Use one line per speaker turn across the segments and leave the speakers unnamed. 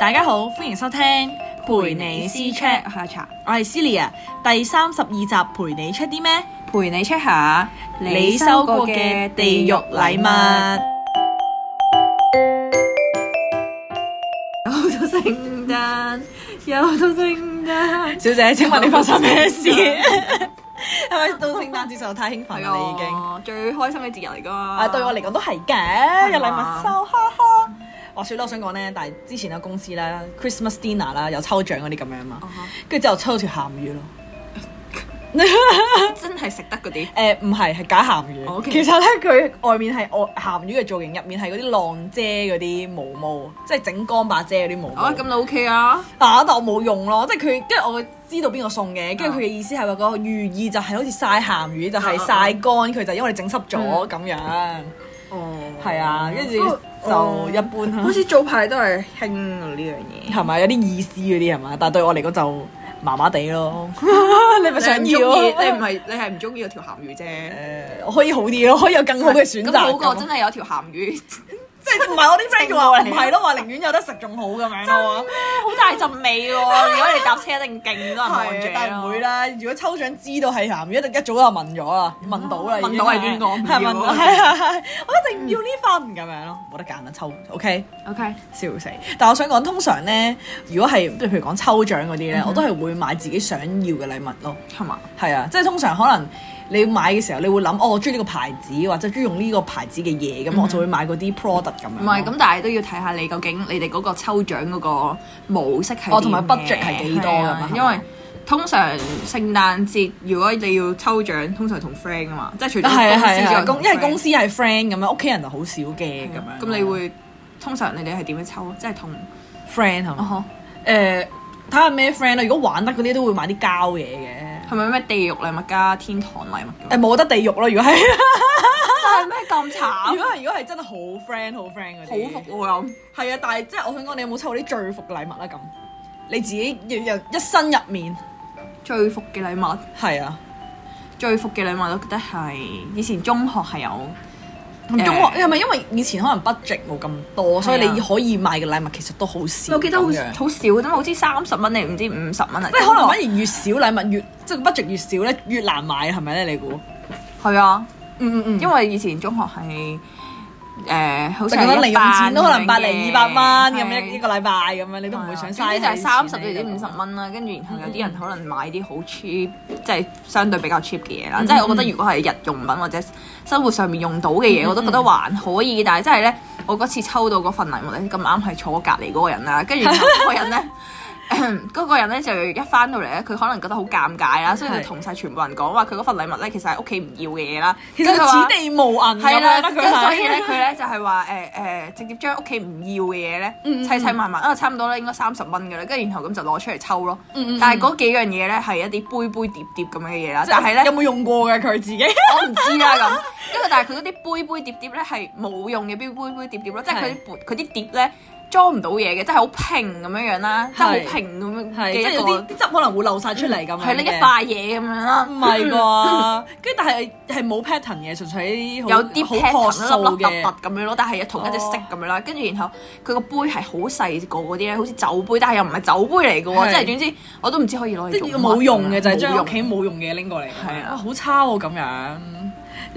大家好，歡迎收聽陪你私 check，
下茶，
我係 Celia，第三十二集陪你 check 啲咩？
陪你 check 下
你收過嘅地獄禮物。
又到 聖誕，又到聖誕，
小姐，請問你發生咩事？ 係咪到聖誕節就太興奮啦？你已經
啊，最開心嘅節日嚟㗎嘛。
啊，對我嚟講都係嘅，有禮物收，哈哈。話説咧，我想講咧，但係之前有公司啦，Christmas dinner 啦，有抽獎嗰啲咁樣嘛
啊，哈
跟住之後抽咗條鹹 魚咯。
真係食得嗰啲，
誒呃唔係，係假鹹魚。
OK
其實咧，佢外面係外鹹魚嘅造型，入面係嗰啲浪遮嗰啲毛毛，即係整乾把遮嗰啲毛毛。
哦咁就 OK 啊，
啊！但我冇用咯，即係佢，啊跟住我知道邊個送嘅，跟住佢嘅意思係話個寓意就係好似曬鹹魚，就係曬乾佢，就因為你整濕咗咁樣，
哦
係啊，跟住就一般啦
好，似早排都係興呢樣嘢，
係咪有啲意思嗰啲係嘛？但係對我嚟講就麻麻地 咯，你咪想
你唔
要
中意，
啊
你唔係你係唔中意嗰條鹹魚啫。
誒呃我可以好啲咯，可以有更好嘅選擇。
咁好過真係有條鹹魚，
即係唔係我啲 friend 話唔係咯，話寧願有得食仲好咁樣咯。
好大陣味喎！如果你搭車一定勁多人望住啊
係
咯，
但係唔會啦。如果抽獎知道係鹹魚，一定一早就問咗啦，問到啦已經，
啊問到係邊個唔要
係 問到，係啊係係，我一定唔要呢份咁樣咯，冇得揀啦，啊抽，OK。
OK，
笑死！但我想講，通常咧，如果係即係譬如講抽獎嗰啲
嗯
咧，我都係會買自己想要嘅禮物咯。
係嘛？
係啊，即係通常可能你買嘅時候，你會諗哦，我中意呢個牌子，或者中意用呢個牌子嘅嘢，咁我就會買嗰啲 product 咁樣咯。
嗯唔係，咁但係都要睇下你究竟你哋嗰個抽獎嗰個模式係
哦同埋
啲
budget 係幾多㗎嘛
咩係
係
啊
嘛
因為通常聖誕節如果你要抽獎，通常同 friend 啊嘛，即係啊除咗
係啊
公司
係
之
啊，
外，
公因為公
司
司係 friend 咁樣，屋企人就好少嘅咁樣。
咁你會通常你哋係點樣抽？即係同
friend 係
哦
嘛？哦誒，睇下咩 friend 啦。如果玩得嗰啲都會買啲膠嘢嘅。
係咪咩地獄禮物加天堂禮物咁？
誒冇得地獄咯，如 果係
啊係咩咁
如
慘？
果係如果係真係好 friend 好 friend 嗰啲，
好服我諗，
係啊！但係即係我想講，你有冇抽過啲最服禮物啦？啊咁你自己日日一身入面
最服嘅禮物，
係啊。
最服嘅禮物，我覺得係以前中學係有。
同
誒啊
中學係咪因為以前可能 budget 冇咁多，所以你可以買嘅禮物其實都好少咁樣。
我記得好
即
好少啫嘛，好似三十蚊定唔知五十蚊啊！
係可能反而越少禮物越即係 budget 越少咧，越難買係咪咧？你估？
係啊，
嗯嗯嗯
因為以前中學係誒好似
就覺得
係
零
一
用錢
班
都可能
咁樣
百零二百蚊咁
嘅
樣一個禮拜咁樣，你都唔會想
係
嘥。
啊總之就係三十至五十。蚊啦，跟住然後有啲人可能買啲好 cheap，即係相對比較 cheap 嘅
嗯
嘢啦。即係我覺得如果係日用品或者生活上面用到嘅
嗯
嘢，我都覺得還可以。但係真係咧，我嗰次抽到嗰份禮物咧，咁啱係坐我隔離嗰個人啦，跟住然後嗰個人咧。 嗰個人咧就一翻到嚟咧，佢可能覺得好尷尬啦，所以就
係
同晒全部人講話佢嗰份禮物咧，其實係屋企唔要嘅嘢啦。
其實
跟住佢話
佢此地無銀咁啊樣
係啦，
啦，
跟
佢
住所以咧，
係
佢咧就係話誒誒，直接將屋企唔要嘅嘢咧
嗯嗯
砌砌埋埋，啊差唔多咧應該三十蚊嘅啦，跟住然後咁就攞出嚟抽咯。
嗯嗯
但係嗰幾樣嘢咧係一啲杯杯碟碟咁樣嘅嘢啦，
即
但係咧
有冇用過嘅佢自己？
我唔知啦咁，因為但係佢嗰啲杯杯碟碟咧係冇用嘅杯杯杯碟碟咯，即係佢啲杯佢啲碟咧裝唔到嘢嘅，即係好平咁樣樣啦，即
係
係好平咁樣 嘅
即係
一
有
個嗯
啲，啲汁可能會漏晒出嚟咁樣。
係呢一。塊嘢咁樣啦
唔。係 啩？跟住但係係冇 pattern 嘅，純粹好
有啲劈
好樸素
頭粒粒
嘅哦
突。突咁樣咯，但係同一隻色咁樣啦。跟住然後佢個杯係好細個嗰啲咧，好似酒杯，但係又唔係酒杯嚟嘅
係
喎。即係總之我都唔知可以攞
即
嚟
係
做
冇用嘅就係將屋
企
企冇用嘅嘢拎過嚟。
係啊
好差喎咁樣，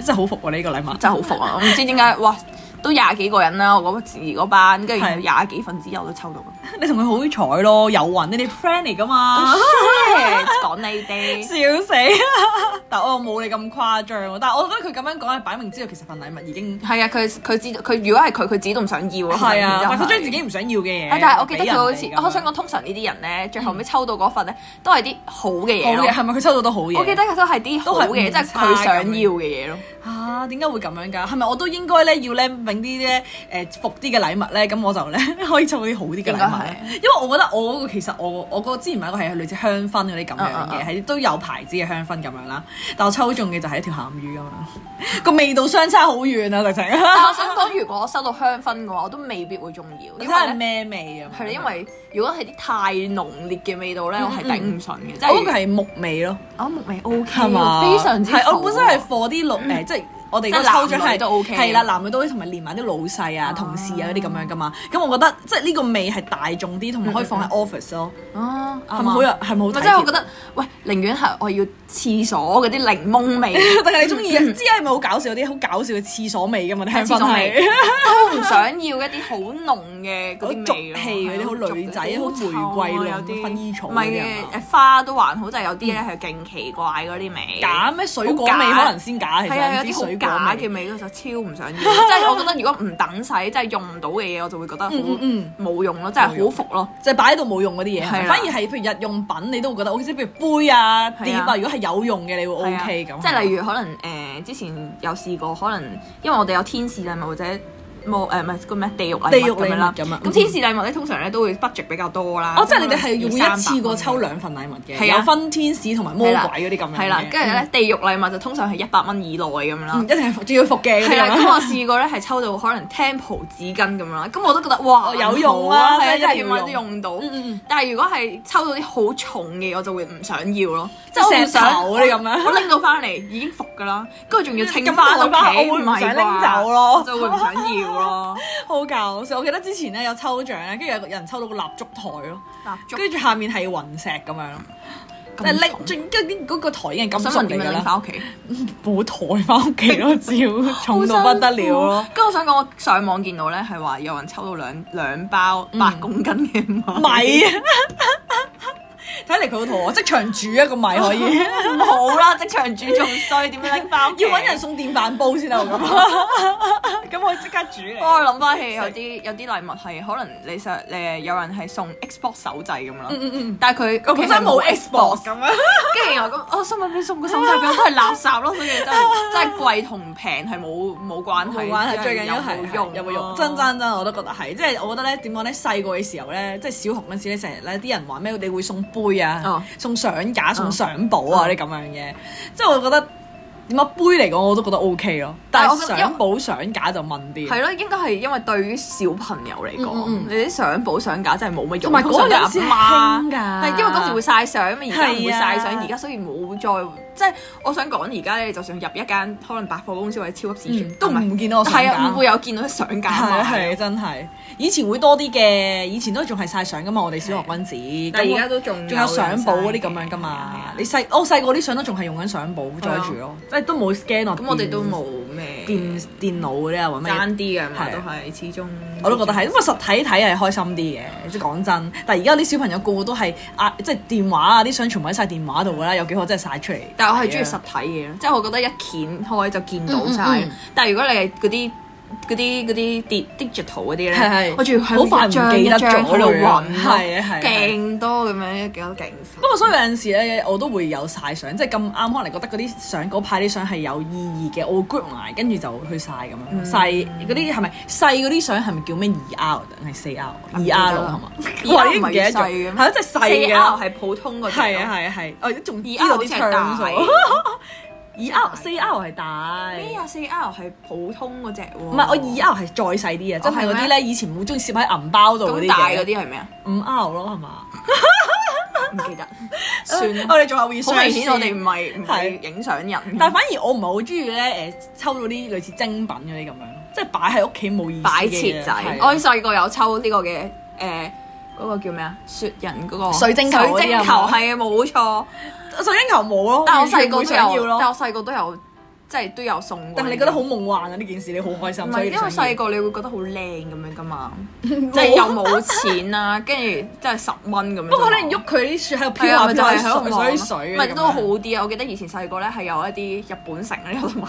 真係好服喎呢個禮物。
真係好服啊！我唔知點解，哇，都廿幾個人啦，我嗰時嗰班，跟住
係
廿幾份之後 都抽到。
你同佢好彩咯，有運，你哋 friend 嚟噶 嘛？
講你哋，
笑死！ 但我又冇你咁誇張喎，但係我覺得佢咁樣講係擺明知道其實份禮物已經
係啊，佢佢知道佢如果係佢，佢自己都唔想要咯。
係啊，
然之後
但係佢將
係
自己唔想要嘅嘢，
啊！但係我記得佢好似，
俾人哋咁樣嗯
我想講通常呢啲人咧，最後尾抽到嗰份咧，都係啲好嘅嘢
好
咯
嘅，。係咪佢抽到都好嘢？
我記得佢都係啲好嘅，
都係唔
即係
差
佢想要嘅嘢咯。
啊，點解會咁樣㗎？係咪我都應該咧要咧揾啲咧誒服啲嘅禮物咧？咁我就咧 可以抽啲好啲嘅禮物咧
應該哦係啊
因為我覺得我嗰個其實我我個之前買過係類似香薰嗰啲咁樣
嗯嗯
嘅，係都有牌子嘅香薰咁樣啦。但我抽中嘅就係一條鹹魚咁樣，個味道相差好遠啊！直情。
但我想講，如果我收到香薰嘅話，我都未必會中意，
你
因
睇下
為咧
咩味啊？
係啦，因為如果係啲太濃烈嘅味道咧，
嗯
我係頂唔順嘅，即
我嗰個
係哦
係木味咯，
我木味 O K，
係嘛？
非常之啊
係
好
我本身係放啲綠誒，即係我哋嗰個
嗯即係
抽獎
男
係
女都 OK
係啦，男女都同埋連埋啲老細啊、同事啊嗰啲咁樣噶嘛。咁我覺得即係呢個味係大眾啲，同埋可以放喺 office 咯，
啊，嗯啱
係
啊
咪好有係咪好
唔
體貼？
係即係我覺得，喂，寧願係我要廁所嗰啲檸 檬味，
但係你中意，知係咪好搞笑有啲好搞笑嘅廁所味噶嘛？你聽
嗯廁
翻
所味
係
都唔想要一啲好濃嘅
好
嗰
俗
啲味
氣嗰啲，
咯
好女仔，
係
好
咯
玫瑰
臭啊有
類、薰衣草
唔
嗰
係
啲
嘅，
係嘛嗯
誒花都還好，就係有啲咧係勁奇怪嗰啲味。
假咩水果味
好假
可能先假，其
係啊，
實
有
唔知
啲好
水果
假
味
嘅。味嗰就超唔想要。 即係我覺得如果唔等使，即係用唔到嘅嘢，我就會覺得好
嗯嗯
冇用咯，真係好服咯。
就係擺喺度冇用嗰啲嘢，
係啦
反而係譬如日用品你都會覺得 O K，即係譬如杯啊、
啊
碟啊，如果係有用嘅，你會 O K
係啊
咁。
即係例如可能誒、呃之前有試過，可能因為我哋有天使禮物或者。冇誒唔係個咩地獄
地
禮
獄
物咁樣啦，
禮物咁啊
咁
嗯
天使禮物咧通常咧都會 budget 比較多啦。
哦，即係你哋係要
咁可能二
一
三百
次過
蚊
抽兩份禮物嘅，
係啊
有分天使同埋魔
係
鬼嗰
啦
啲咁樣嘅。
係啦，跟住咧地獄禮物就通常係一百蚊以內咁樣啦
嗯，一。定係仲要服嘅嗰
係
啲
啦，
啊
咁我試過咧係抽到可能 Temple 紙巾咁樣啦，咁我都覺得哇
哦有用啊
係啊，
真係要
一點
用
蚊都用到
嗯嗯嗯。
但係如果係抽到啲好重嘅，我就會唔想要咯，
即
係
係
我唔想
石頭嗰啲咁樣
我拎到翻嚟已經服㗎啦，跟住仲要清
咁
翻
翻到
到屋
返
企，
我會唔
係
想
啩
拎走咯
我就會唔想要 咯。
好搞笑！我記得之前咧有抽獎咧，跟住有個人抽到個蠟燭台咯，
蠟燭
跟住下面係雲石咁樣咯，即係
咁重
拎，最跟啲嗰個台已經係
我
金
想問
屬
點
嚟
樣
㗎
拎
啦，
翻屋企？
冇台翻屋企咯，照重到不得了咯。
跟住我想講，我上網見到咧係話有人抽到兩兩包
嗯
八公斤嘅米，
米啊！ 睇嚟佢好肚餓，即場煮一個米可 以，
唔好啦，即場煮仲衰，點樣拎翻屋企？
要揾人送電飯煲先得喎咁。 咁我即刻煮
不哦過我諗翻起有啲有啲禮物係可能你想誒有人係送 Xbox 手掣咁啦，
嗯嗯嗯，
但係佢
佢本身冇 Xbox
Xbox，
咁樣，
跟住我咁，我心諗你送個手掣俾我都係垃圾咯，所以真 係真係貴同平係冇冇關係，
冇關
因為
係，啊最緊要係
有冇用，啊
有冇用？真。真真，我都覺得係，即係我覺得咧點講咧，細個嘅時候咧，即係小學嗰陣時咧，成日咧啲人話咩，你會送杯
哦
啊，送相架、
哦
送相簿啊
哦
啲咁樣嘅，即係我覺得點解杯嚟講我都覺得 O K 咯，
但
但
係我
係
覺得
相簿相架就問啲。
係咯，應該係因為對於小朋友嚟講，
嗯嗯
你啲相簿相架真係冇乜用，
同埋嗰陣時
通
係興
常都係
㗎
阿媽係因為嗰時會晒相，而家唔會
啊係啊
晒相，而家所以冇再即係我想講，而家咧你就算入一間可能百貨公司或者超級市場，
嗯都唔見到我相
係
架
啊，唔會有見到啲相架啊
係
賣
係真係，以前會多啲嘅，以前都仲係晒相噶嘛，我哋小學嗰陣時，
但係
咁
而家都仲
仲有相簿嗰
有
啲
人晒
咁樣噶
係啊係
嘛
啊。
你細我細個啲相都仲係用緊相簿
係啊
載住咯，即係都冇 scan 落。
咁我哋都冇咩
電電腦嗰啲啊，或者
爭
咩？
啲嘅嘛，
係
都係始終
我都覺得係，因為實體睇係開心啲嘅，即係講真。但係而家啲小朋友個個都係啊，即係電話啊啲相全部喺晒電話度㗎啦，有幾可真係晒出嚟睇啊？
但係我係中意實體嘢咯，即係我覺啊得一掀開就見到晒。
嗯嗯嗯
但係如果你係嗰啲嗰啲嗰啲 di- digital 嗰啲咧，
係係
我仲要係
好快唔記得咗
一張喺度
佢啊
揾
係
咯，
啊係啊
勁多咁樣，幾多勁
不過所以有陣時咧，我都會有晒相，即係咁啱，可能你覺得嗰啲相嗰排啲相係有意義嘅，我會 group 埋，跟住就去晒咁
嗯
樣。細嗰啲係咪細嗰啲相係咪叫咩二 R 啊定係四 R？
唔記
二
得
R
啦
係嘛？
二 R
我已經記得咗
唔係細嘅咩
係咯，即係細
四
嘅
R
咯。
係普通嗰
係啊
係
係啊係，我仲知
二 R
道
好
啲
似係
槍
大
數。 二 R 四 R 係大。
咩啊？四 R 係普通嗰只喎，
唔
唔
係，我二 R 係再細啲啊，真係嗰啲
哦係
咧，以前會中意攝喺銀包度嗰
咁
啲
大嗰
嘅，
啲係咩啊？
五 R 咯係嘛？
唔記 得，算啦。
我哋仲有 research
好明顯，我
先
哋唔係唔係
係
影相人，
但係反而我唔係好中意咧誒抽到啲類似精品嗰啲咁樣，即係擺喺屋企冇意思嘅嘢
擺設仔。
係啊
我細個有抽呢個嘅誒嗰個叫咩啊？雪人嗰個
水晶球嗰啲
水晶球
係嘛
係啊，冇錯。
水晶球冇咯，
但係我細
細
個都
想要
有，但係
咯。
我細個都有，即係都有送過。
但係你覺得好？夢幻啊！呢件事你好開
唔
心，所
係
以你
因為
想要
細個你會覺得好靚咁樣噶 嘛，即係又冇啊錢啦，跟住即係十蚊咁樣啫嘛。
不過你喐佢啲雪喺度
係
飄
啊，
下
咪
飄
就
下
係喺度望
水
咯
水水
唔
嘅咁樣，
係都好啲啊！我記得以前細個咧係有一啲日本城咧有得買，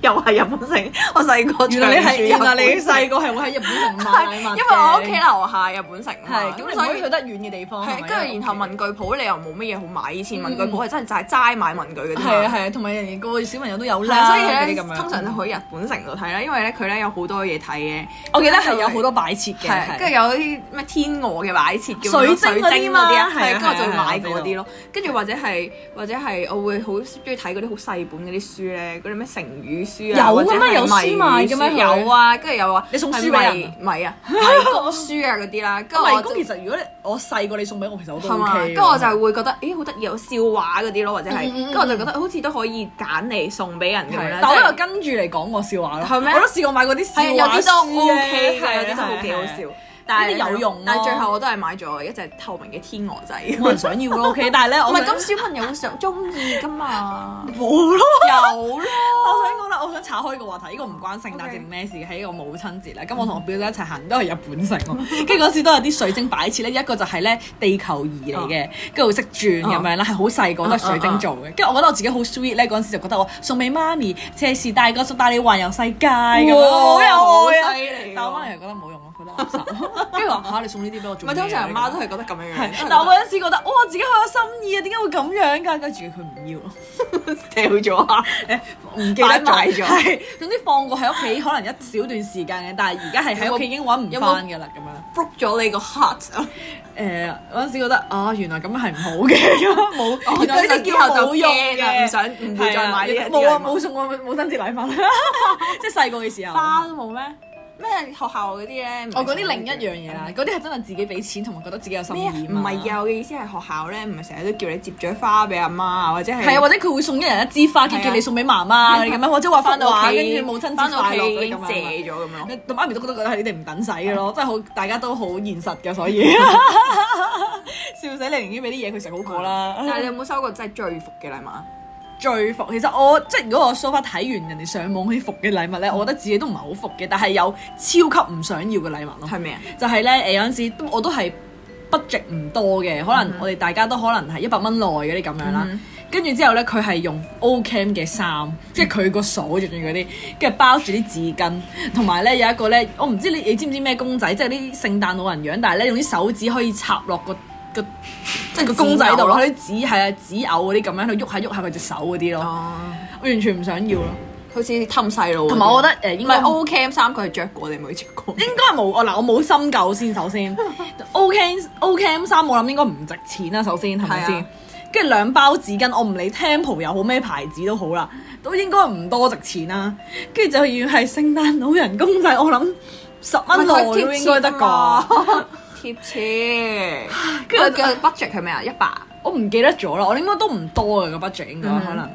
又係日本城。我細個
原來你係原來
長住日
你
本城
細個係會喺日本城買
係，
物
因
嘅
為我屋企樓下日本城啊嘛
係咁，你唔可以去得遠嘅地方。係
係
咪
跟住然後
因為屋企
文具鋪你又冇乜嘢好買，以前文具
嗯
鋪係真係就係齋買文具嗰啲嘛。
係啊係啊，同埋人哋個個小朋友都有
係啊
啦，
所以咧
嗰啲咁樣
通常就去日本城度睇啦，因為咧佢咧有好多嘢睇嘅。
我記得係有好多擺設嘅，
係，
係
跟住有啲咩天鵝嘅擺設叫
水
咩
晶
水
嗰啲
晶
嘛
嗰啲啊，
係啊
係跟住我就
係
會
啊
買
我知道
嗰啲咯。跟住或者係或者係我會好中意睇嗰啲好細本嗰啲書咧，嗰啲咩成語書啊，
有嘅
或者
咩
係
有書
謎語
賣嘅咩佢
書有啊，跟住又話
你送書
係
俾人
迷迷 啊，迷宮書啊嗰啲啦，跟住我
迷宮
就
其實如果你我細個你送俾我，其實我都
係嘛，
OK
跟住我就會覺得，咦好得意，有笑話嗰啲咯，或者係，
嗯嗯嗯
跟住我就覺得好似都可以揀嚟送俾人咁樣
係
啦，
但我
即係
都有跟住嚟講過笑話咯。
係咩
我都試過買嗰啲笑
係啊，
話
有啲都
書
OK
咧
嘅，有啲都好幾好。
係
笑
係。
但係
呢啲有用咯
但係最後我都係買咗一隻透明嘅天鵝仔。
冇人想要咯，OK。但係咧，我
唔
想
係咁小朋友會想中意噶嘛？
冇咯。
有咯，
我想講啦，我想岔開個話題，呢個唔關聖誕
哦 OK
節咩事，係一個母親節啦。咁我同我表姐一齊行都係日本城
嗯
喎，跟住嗰時都有啲水晶擺設咧，一個就係咧地球儀嚟
哦
嘅，跟住會識轉咁樣啦，係好細個都係水晶做嘅。跟住我覺得我自己好 sweet 咧，嗰陣時就覺得我送俾媽咪，借時大個送帶你環遊世界咁樣，
哇
好有愛
好
啊
犀利喎！
但我媽咪又覺得冇用啊咯，覺得垃圾。跟住話嚇你送呢啲俾我
唔
做
係
咩啊，
通常媽都係覺得咁樣樣。
但我嗰陣時覺得哇，自己好有心意啊，點解會咁樣㗎？跟住佢唔要咯。
掉咗 啊！
唔記得
擺埋咗
係總之放過喺屋企可能一小段時間嘅，但係而家係喺屋企已經揾唔翻㗎啦咁樣。
book 咗你個 heart 啊！
誒嗰陣時覺得啊，原來咁係唔好嘅， 冇
哦
原來呢啲叫冇用
之後就驚啦
嘅，
唔想唔會再買呢一啲禮物
冇啊，冇送過母親節禮物啦， 即係細個嘅時候。
花都冇咩？咩學哦校嗰啲咧？
我嗰啲另一樣嘢
啊
啦，嗰啲係真係自己俾錢同埋覺得自己有心
咩？
意
唔
嘛
係啊！我嘅意思係學校咧，唔係成日都叫你接咗花俾阿媽啊，或者係
係啊，或者佢會送一人一支花，
係啊
叫你送俾媽媽嗰啲咁樣，或者話翻到
屋
話
企
跟住母親節
翻到屋
快
企
樂
已
嗰啲
經
咁
借
樣啊。
咗咁樣咯。
到媽咪都覺得覺得係你哋唔等使嘅咯，真係好，大家都好現實嘅，所 以 笑死你，寧願俾啲嘢佢食好過
但係
啦。
你有冇收過真係最服嘅禮物啊？
最服其實我即係如果我 so far 睇完人哋上網嗰啲服嘅禮物咧，我覺得自己都唔係好服嘅，但係有超級唔想要嘅禮物咯。
係咩啊？
就係咧誒有陣時都我都係 budget 唔多嘅，可能我哋大家都可能係一百蚊內嗰啲咁樣啦
嗯。
跟住之後咧，佢係用 O Cam 嘅衫，即係佢個鎖住嗰啲，跟住包住啲紙巾，同埋咧有一個咧，我唔知你你知唔知咩公仔，即係啲聖誕老人樣，但係咧用啲手指可以插落個個即係個公仔度
偶
咯，啲紙係啊紙偶嗰啲咁樣，喺度喐下喐下佢隻手嗰啲咯，
哦，
我完全唔想要咯。
好似氹細路嗰啲。
同埋我覺得誒
唔
應該
係 O Cam 衫，佢係着過，你冇着過。
應該係冇我嗱，我冇深究先。首 先，O K O K M 衫我諗應該唔值錢啦。首先係咪
係啊
先？跟住兩包紙巾，我唔理 Temple 又好咩牌子都好啦，都應該唔多值錢啦。跟住就要係聖誕老人公仔，我諗十蚊內
啊
都應該得啩。
貼切，
跟
跟
住
住佢嘅 budget 係咩啊？一百
我唔記得咗啦，我應該都唔多嘅個 budget 應該
嗯
可能。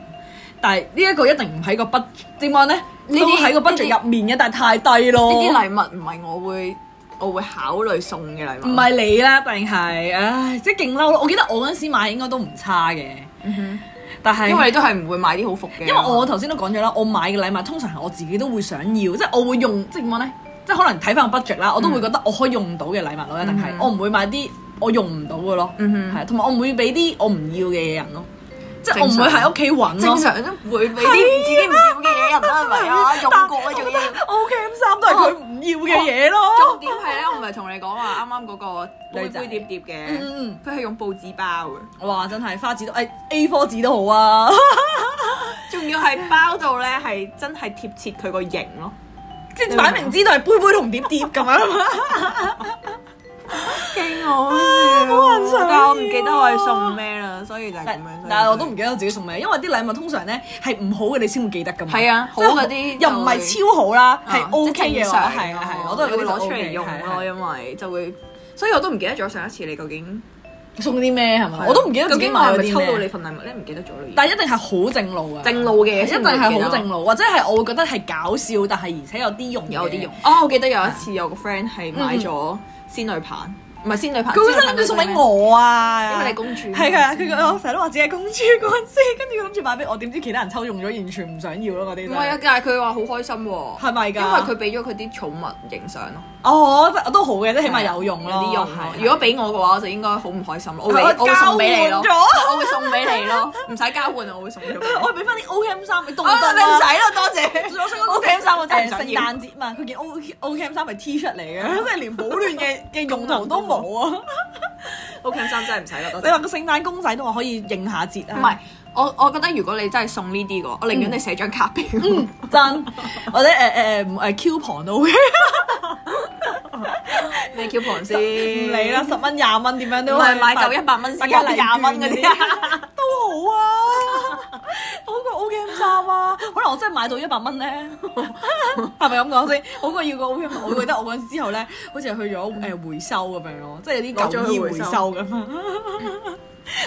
但係呢一個一定唔喺個 budget 點講咧？
啲
呢啲喺個
呢
budget 入面嘅，但係太低
呢
咯。
啲禮物唔係我會我會考慮送嘅禮物。
唔係你啦，定係唉，即係勁嬲咯！我記得我嗰陣時買應該都唔差嘅，但係
因為你都係唔會買啲好服嘅。
因為我頭先都講咗啦，我買嘅禮物通常係我自己都會想要，即係我會用，即係點講咧？即係可能睇翻個 budget 啦，我都
嗯
會覺得我可以用到嘅禮物咯，一定係我唔會買啲我用唔到嘅咯，
嗯哼
係同埋我唔會俾啲我唔要嘅嘢人咯，即係我
正
唔
常
會喺屋企揾
正
咯。
常都唔會俾啲自己唔要嘅嘢人啦，係咪啊？用過啊，仲要。
O K 咁衫都係佢唔要嘅嘢咯。
重點係咧，我唔係同你講話啱啱嗰個杯
女仔
杯碟碟嘅，
嗯，
佢係用報紙包嘅，
哇！真係花紙都誒 A4 紙都好 啊。
仲要係包到咧係真係貼切佢個型咯。
即係擺明知道係杯杯同碟碟咁樣，想
勁好笑
要啊
但係我唔記得我係送咩啦，所以就係咁
但
樣。
但係我都唔記得我自己送咩，因為啲禮物通常咧係唔好嘅你先會記得噶嘛。
係啊
即係
好嗰啲啊
又唔係超好啦，係 O K 嘅話係
係
啊係啊，
係，
我
我
都
都
係
係
嗰
會
啲
攞出
OK
嚟用咯，
係係
因為就會，所以我都唔記得咗上一次你究竟
送啲咩係咪？我都唔記得
究
自己
竟
買
我係
咗
咪抽
啲
到你
咩，
份禮物咧？唔記得咗啦。
但係一定係好正路啊，
正路嘅嘢
一定係好正。路，或者係我會覺得係搞笑，但係而且有啲用嘅
有啲用。。
嗯
哦，我記得有一次有個 friend 係買咗仙女棒，唔係仙女棒，
佢本身諗住送俾，我啊，
因為你公主
係啊，佢個我成日都話自己係公主嗰陣時，跟住佢諗住買俾我，點知其他人抽中咗，完全唔想要咯嗰啲真
唔
係。
係啊，但係佢話好開心喎，
係咪㗎
因為佢俾咗佢啲寵物影相咯，
哦，我都好嘅，即係起碼有用咯，
啊有啲用咯。
係啊
如果俾我嘅話，我就應該好唔開心咯。我會
係我啊
我會送俾你咯，
交換咗
我會送俾你咯，唔使交換，啊我會送咗俾你。
我俾翻啲 O Cam 衫，你凍唔
啊
凍
你唔
啊？
使啦，多謝。
我想講
O K 衫我真係
誒
唔想
聖
要。啊
誕節嘛，佢件 O O Cam 衫係 T 恤嚟嘅，即係連保暖嘅 嘅用途都冇啊！
O K 衫真係唔使啦，多
你。話個聖誕公仔都話可以應下節啊？
唔係，我我覺得如果你真係送呢啲嘅話，我寧願你寫張卡俾我。
嗯真，或者誒誒誒誒 coupon 都 OK，
咩 coupon 先？
唔理啦，十蚊廿蚊點樣
唔
都
係買夠
一
一百蚊
大
先
家
有
嚟
廿蚊嗰啲啊。
都好啊！好過 O K M 衫啊！可能我真係買到一百蚊咧，係咪咁講先？好過要個 O K M，我覺得我嗰陣之後咧，好似係去咗誒回收咁樣咯，即係有啲
攞
舊
咗去
衣
回
回
收
收咁 啊。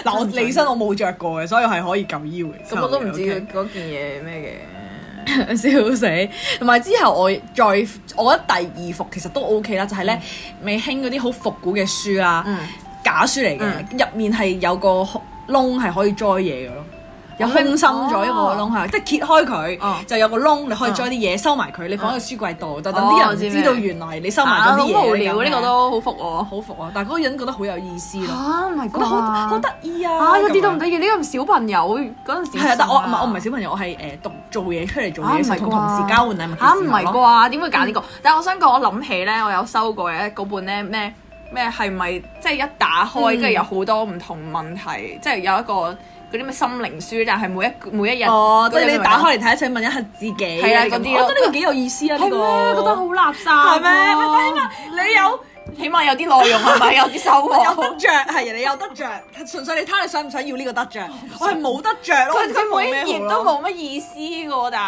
嗱，我李身我冇着過嘅，所以係可以舊衣回收嘅。
咁我都唔知
OK
佢嗰件嘢咩
笑死！同埋之後我再，我覺得第二幅其實都 O K 啦，就係咧未興嗰啲好復古嘅書啊啦，
嗯
假書嚟嘅，
嗯
入面係有個窿係可以栽嘢嘅咯。有空心咗一個窿係，即係揭開
哦
佢就有個窿，你可以栽啲嘢收埋佢，你放喺個書櫃度，就等
哦
啲
我
人
知
知道
咩
原來你
嘅，
收埋咗啲嘢。
好無聊呢個
咁樣
都好服我。
好服啊！但係嗰個人覺得好有意思咯，
嚇唔係
覺得好好
好
得意啊！
啊！一啲
咁
都
樣
唔得意，呢個小朋友嗰陣時
係啊，但我唔
信
係我唔係小朋友，我係誒讀做嘢出嚟做
啊
嘢
唔
嘅時候，
係
同同事交換禮物嘅時
嚇
候
唔係
咯
啩？點會揀呢個？但係我想講，我諗起咧，我有收過嘅嗰本咧咩咩係咪即係一打開，
嗯
跟住有好多唔同問題，即係有一個嗰啲咩心靈書，但係每一每一日
哦，即
嗰啲
係你
咪
打開嚟睇一齊問一下自己，
啊係啊嗰啲咯
我覺得呢個幾有意思啊，呢
係
個
咩？覺得好垃圾
係咩？喂但
喎
起碼你有
起碼有啲內容係 咪有啲收
有得
穫？
着，係你有得着，純粹你睇你想唔想要呢個得着，我係冇得着咯，我唔
哦佢
知
佢
放
每
咩
一
好
頁
咯
都，冇乜意思嘅喎，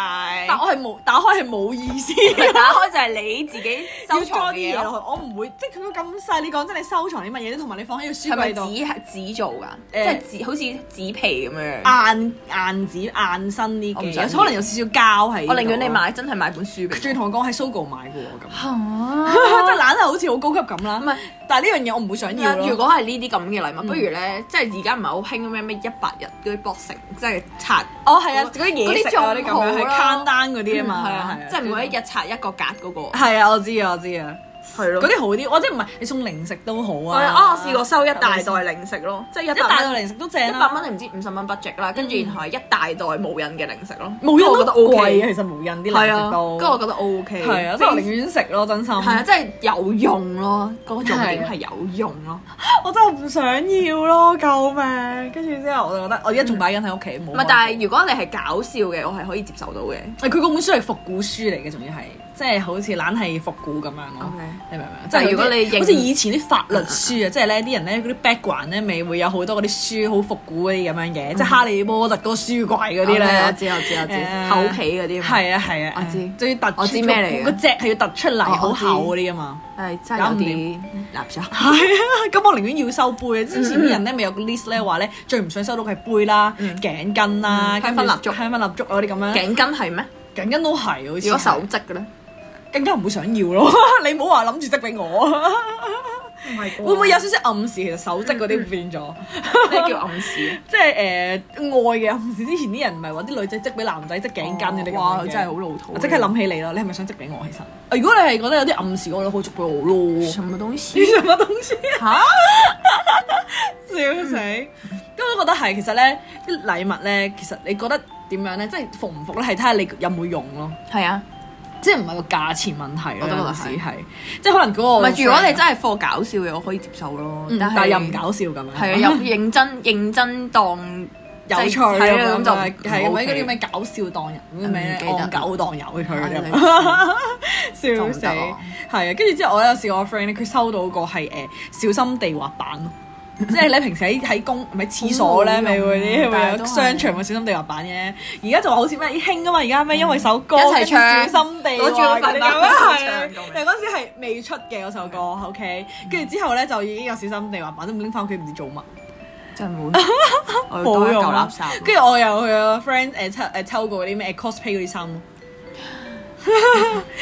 但
但係
我係冇打開係冇意思。
佢打開就係你自己
要
收藏
裝啲
嘅嘢
嘢
咯。
落去，我唔會，即係佢咁細。你講真，你收藏啲乜嘢，同埋你放喺個書
係咪
櫃度，
紙係紙做㗎？
誒啊
即係紙好似紙皮咁樣。
硬硬紙硬身啲
我唔
嘅，
想
有可能有少少膠喺。
我寧願你。買真係買本書俾啊
最同我講喺 Sogo 買嘅喎咁。
我。
即係懶係好似好高級咁啦。
唔係，
但係呢樣嘢我唔會想要咯。
啊
嗯
如果係呢啲咁嘅禮物，不如咧，即係而家唔係好興咩咩一百日嗰啲 boxing，即係拆
哦係啊，
嗰
嗰啲嘢食啊嗰啲
嗰啲仲好
咁樣係
啦
can 單嗰啲啊嘛，
係啊， 即係每一日拆一個格嗰個。
係啊，我知啊，我知啊，
係
嗰啲好啲，哦我即係唔係你送零食都好
我
啊。
啊，我試過收一大袋零食咯，即係
一
一
大
百
袋
蚊，
零食都正啊
一
啦
百，蚊定唔知五十蚊 budget 啦，跟住
嗯
然後係一大袋冇印嘅零食咯，
冇
跟住
印
我覺
都
得
貴啊，
OK，
其實冇印啲
係
零食
啊，
都
跟住我覺得 OK，
係啊，即
即
係我
係
寧願食咯，真心。
係啊，即係有用咯，嗰個重點
係
係有用咯。
我真係唔想要咯，救命！跟住之後我就覺得我而家仲擺緊喺屋企，冇。
唔係，但係如果你係搞笑嘅，我係可以接受到嘅。
誒佢嗰本書係復古書嚟嘅，仲要係即係好似懶係復古咁樣咯。
OK
你明唔明啊？即
但
係
係如果你
好似
認
好似以前啲法律書啊，即係咧啲人咧嗰啲 background 咧，咪會有好多嗰啲書好復古嗰啲咁樣嘅，
嗯
即係哈利波特嗰個書櫃嗰啲
我
咧。
知我知我
誒
知，厚皮嗰啲嘛，
係啊係啊，
我知
最突出
我知咩嚟嘅
個隻係要突出嚟，
哦
好
我知
厚嗰啲啊 嘛。
係真係有啲垃圾。
係啊，咁我寧願要收杯啊！之前啲人咧咪有個 list 咧話咧，最唔想收到嘅係杯啦、頸巾啦、
嗯香薰蠟燭
跟住香薰蠟燭嗰啲咁樣，
頸巾係咩？
頸巾都係好似
如果手
係。
織嘅咧，
更加唔會想要咯。 你唔好話諗住織俾我啊，會
會
唔會有少少暗示？其實手織嗰啲變咗，
嗯咩叫暗示？
即係誒、呃、愛嘅暗示。之前啲人唔係話啲女仔織俾男仔織頸巾嗰啲咁
哦哇！
樣嘅
真係好老土。
我即刻諗起你啦，你係咪想織俾我？其實，如果你係覺得有啲暗示，我覺得可以織俾我咯。
什麼東 西
你？什麼東西
嚇
啊？笑死！咁我都覺得係，其實咧啲禮物咧，其實你覺得點樣咧？即係服唔服咧，係睇下你有冇用咯。
係啊，
即係唔係個價錢問題
我
我都
都覺
覺
得
得
係
係，即係可能嗰個
唔
friend。
係如果你真係貨搞笑嘅，我可以接受咯
嗯，。
但
但
係
係又唔搞笑咁樣，
係啊，又認真認真當
有趣
係
咁
啊咁
就
就
係係
唔
咪嗰
OK
啲咩搞笑當人
唔
咁咩
記得
戇狗當友佢
係
咁
類 就
笑
唔
死，
得咯
係啊！跟住之後我有試過我 friend 咧，佢收到個係誒小心地滑板 咯。即係你平時喺喺公唔係廁所咧，
好冇
咪
用啊
會啲咪
但係都
有
係
商場嘅小心地滑板嘅。而家就話好似咩興啊嘛，而家咩因為首歌
嗯
跟
一齊
住
唱
小心地
攞住個
滑
塊板
嗰啲
一齊
咁樣啊
唱
係
咁樣
但係嗰時係未出嘅嗰首歌，OK。跟住之後咧就已經有小心地滑板，都唔拎翻屋企唔知做乜。
真係冇，我要多一嚿垃圾。
啊跟住我又去個 friend 誒抽誒抽過嗰啲咩呃 cosplay 嗰啲衫咯，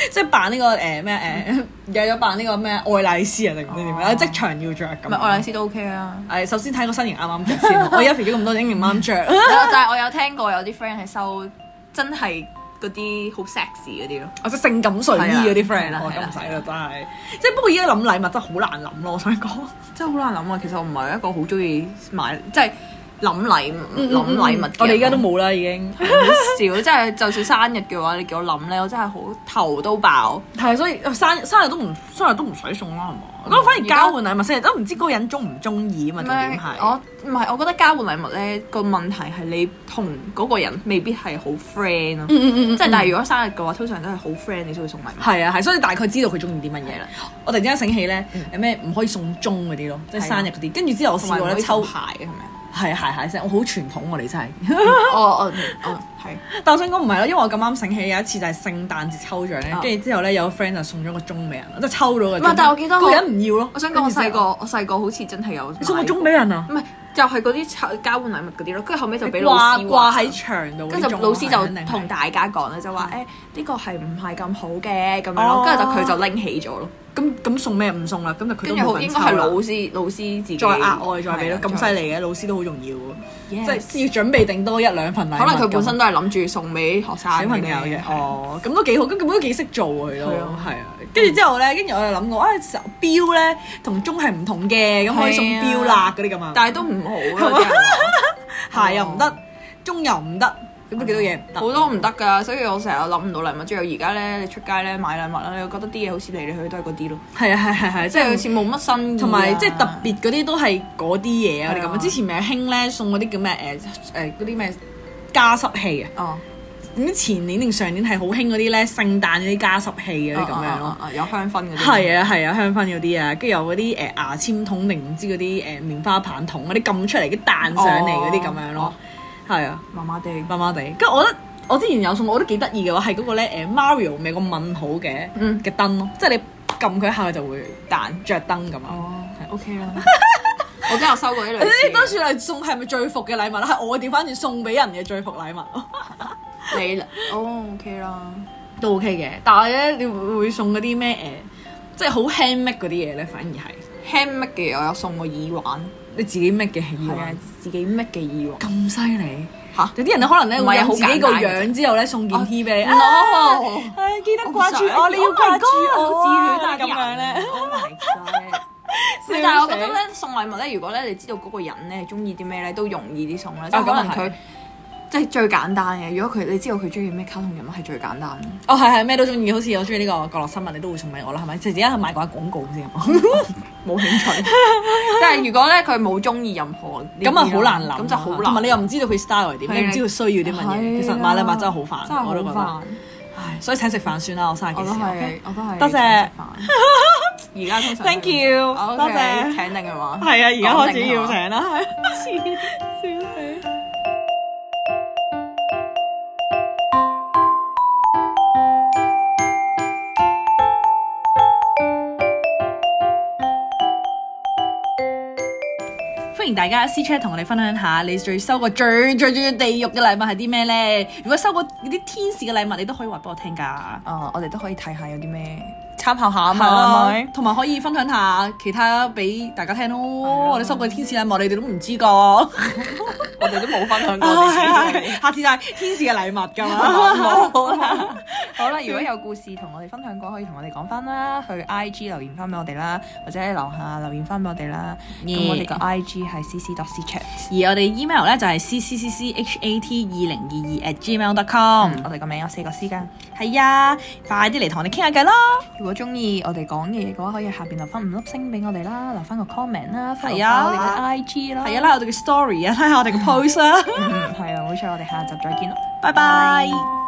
即係扮呢個誒 咩誒，有咗扮呢個咩愛麗絲啊定唔知點
哦
樣，即場要着
唔
咁。
係愛麗絲都 OK 啊。
誒，首先睇個身形啱唔啱着 先，我而家肥咗咁多，已經唔啱着。
但係我有聽過有啲 friend 係收真係嗰啲好 sexy 嗰啲咯，
我即係性感睡衣嗰啲 friend
係啦
啦，
係啦
我咁唔使啦，真係。啊即係不過而家諗禮物真係好難諗咯，我 想講。
真係好難諗啊！其實我唔係一個好中意買，即係諗禮諗禮物嘅人。
我哋而家都冇啦，已經。
好少，即係就算生日嘅話，你叫我諗咧，我真係好頭都爆。
係，啊所以哦生生日都唔生日都唔使送啦，係嘛？咁嗯反而交換禮物先，都唔知嗰個人中唔中意啊嘛，重點係。
我唔係，我覺得交換禮物咧個問題係你同嗰個人未必係好 friend 咯。
嗯嗯
即係但係如果生日嘅話，通常都係好 friend 你先會送禮物。
係啊，係，所以大概知道佢中意啲乜嘢啦。我突然之間醒起咧
嗯，
有咩唔可以送鐘嗰啲咯，即係
係啊
生日嗰啲。跟住之後我
同
試
埋
過
我
咧
抽
抽
鞋嘅係咪啊？
係鞋鞋聲，我好傳統我哋真係。
哦哦哦，係
但我想講唔係啊咯，因為我咁啱醒起有一次就係聖誕節抽獎咧
啊，
跟住之後咧有個 friend 就送咗個鐘俾人，即係抽咗個鐘。
唔係但係我記得
個
我
人唔要咯。
我想講我
跟
細
住之後，
個，我細個好似真係有
你送個
買過
鐘俾人啊？
唔係就係嗰啲抽交換禮物嗰啲咯，跟住後尾就俾老
掛
師
掛
話
喺牆度嗰啲鐘
跟
啊，
住就老師
肯定
就
係
同大家講啦，就話誒呢個係唔係咁好嘅咁樣咯，
哦
跟住就佢就拎起咗咯，
咁咁送咩唔送啦，咁就佢都
跟住
冇
好
份
應
抽
該係老
啦
師老師自己啊
再額外再俾咯，咁犀利嘅老師都好重要喎，
利
即係要準備定多一兩份禮物咁。
可能佢本身都係諗住送俾學生
小朋友嘅，哦，咁都幾好，咁咁都幾識做喎佢都
係啊
係啊。跟住之後咧，跟住我就諗過啊，錶咧同鐘係唔同嘅，咁可以送
係啊
錶啦嗰啲咁啊。
但係都唔好咯，啲人話
鞋又唔得，鐘又唔得，咁都幾多嘢唔得。
好多唔得㗎，所以我成日諗唔到禮物。最後而家咧，你出街咧買禮物啦，你會覺得啲嘢好似嚟嚟去去都係嗰啲咯，
係啊係係係，
即係好
即係
似冇乜新意啊
同埋即係特別嗰啲都係嗰啲嘢啊，
係
你咁
啊
啊。之前咪有興咧送嗰啲叫咩誒誒嗰啲咩加濕器啊，
哦，
唔知前年定上年係好興嗰啲咧聖誕嗰啲加濕器嗰啲咁樣咯
啊。啊啊有香薰嗰啲
係啊係啊，香薰嗰啲啊，跟住有嗰啲誒牙籤筒定唔知嗰啲誒棉花棒筒嗰啲撳出嚟嘅彈上嚟嗰啲咁樣咯
哦，
係啊，
麻麻地，
麻麻地。跟住我覺得我之前有送，我覺得幾得意嘅話係嗰個咧誒 Mario 咪有個問號嘅
嗯
嘅燈咯，即係你撳佢一下佢就會
蛋
着燈咁啊。
哦，OK 啦，我都有收過啲類
呢啲都
似
算係送係咪最服嘅禮物啦？係我調翻轉送俾人嘅最服禮物，
嘅你啦，哦 OK 啦，
都 OK 嘅。但係咧，你會會送嗰啲咩誒，即係好 handmade 嗰啲嘢咧，反而係
handmade 嘅我有送過耳環，
你自己 make 嘅耳
係啊
環，
自己 make 嘅耳環
咁犀利。
嚇。
有啲人咧可能咧
唔
會
係
有
好
自己
簡
個
單嘅
樣之後咧送件 T 俾你啊，
No
唉記得掛住
想
我，你要
Oh
掛
my
住
God，
我啊
好自戀
咁樣
啊
咧。
Oh my god！
笑死
但係我覺得咧送禮物咧，如果咧你知道嗰個人咧中意啲咩咧，都容易啲送啦。即係可能
咁啊係
佢即係最簡單嘅。如果佢你知道佢中意咩卡通人物係最簡單嘅。
哦係係咩都中意，好似我中意呢個角落新聞，你都會送俾我啦，係咪？直接去賣掛廣告先，冇興趣。
但係如果咧佢冇中意任何呢啲
咁
啦，
啊好難諗啊，
咁就好
同埋
難
你。又唔知道佢 style 係點，
係
你唔知佢需要啲乜嘢。其實買禮物真係好
真係
煩，我都覺
好
得。
煩。
唉，所以請食飯算啦，我生日
我
幾
都
時？OK？
係，我都係。
多謝
而家 通常都
Thank you，
OK，
多謝
請定係嘛？
係啊，而家開始要
講定
請啦，係。笑死！歡迎大家私 chat 同我哋分享下，你最收過最最最地獄嘅禮物係啲咩呢？如果收過嗰啲天使嘅禮物，你都可以話俾我聽㗎。
啊，我哋都可以睇下有啲咩參考下啊
係
嘛，係
啊
咪？，
同埋可以分享下其他俾大家聽咯。
啊哦
我哋收過天使禮物，你哋都唔 知 㗎。
我哋都冇分享過呢啲嘢。
下次就哦係啊天使嘅禮物㗎嘛。
啊 好啊啦，好啦，如果有故事同我哋分享過，可以同我哋講翻啦，去 I G 留言翻俾我哋啦，或者留下留言翻俾我哋啦。咁
Yeah
我哋個 I G 係 C C dot C chat，
而我哋 email 咧就係 c c c c h a t 二零二二 at gmail dot com。
嗯我哋個名有四個 C 噶。
係啊，快啲嚟同我哋傾下偈啦。
如果中意我哋講嘅嘢嘅話，可以下邊留翻五粒星俾我哋啦，留翻個 comment 啦，
係
follow
啊
下我哋嘅 I G 啦。嗯
係啊， 拉我哋嘅 story 啊，拉下我哋嘅 post 啦。
嗯，係啦，冇錯，我哋下集再見啦，
拜拜。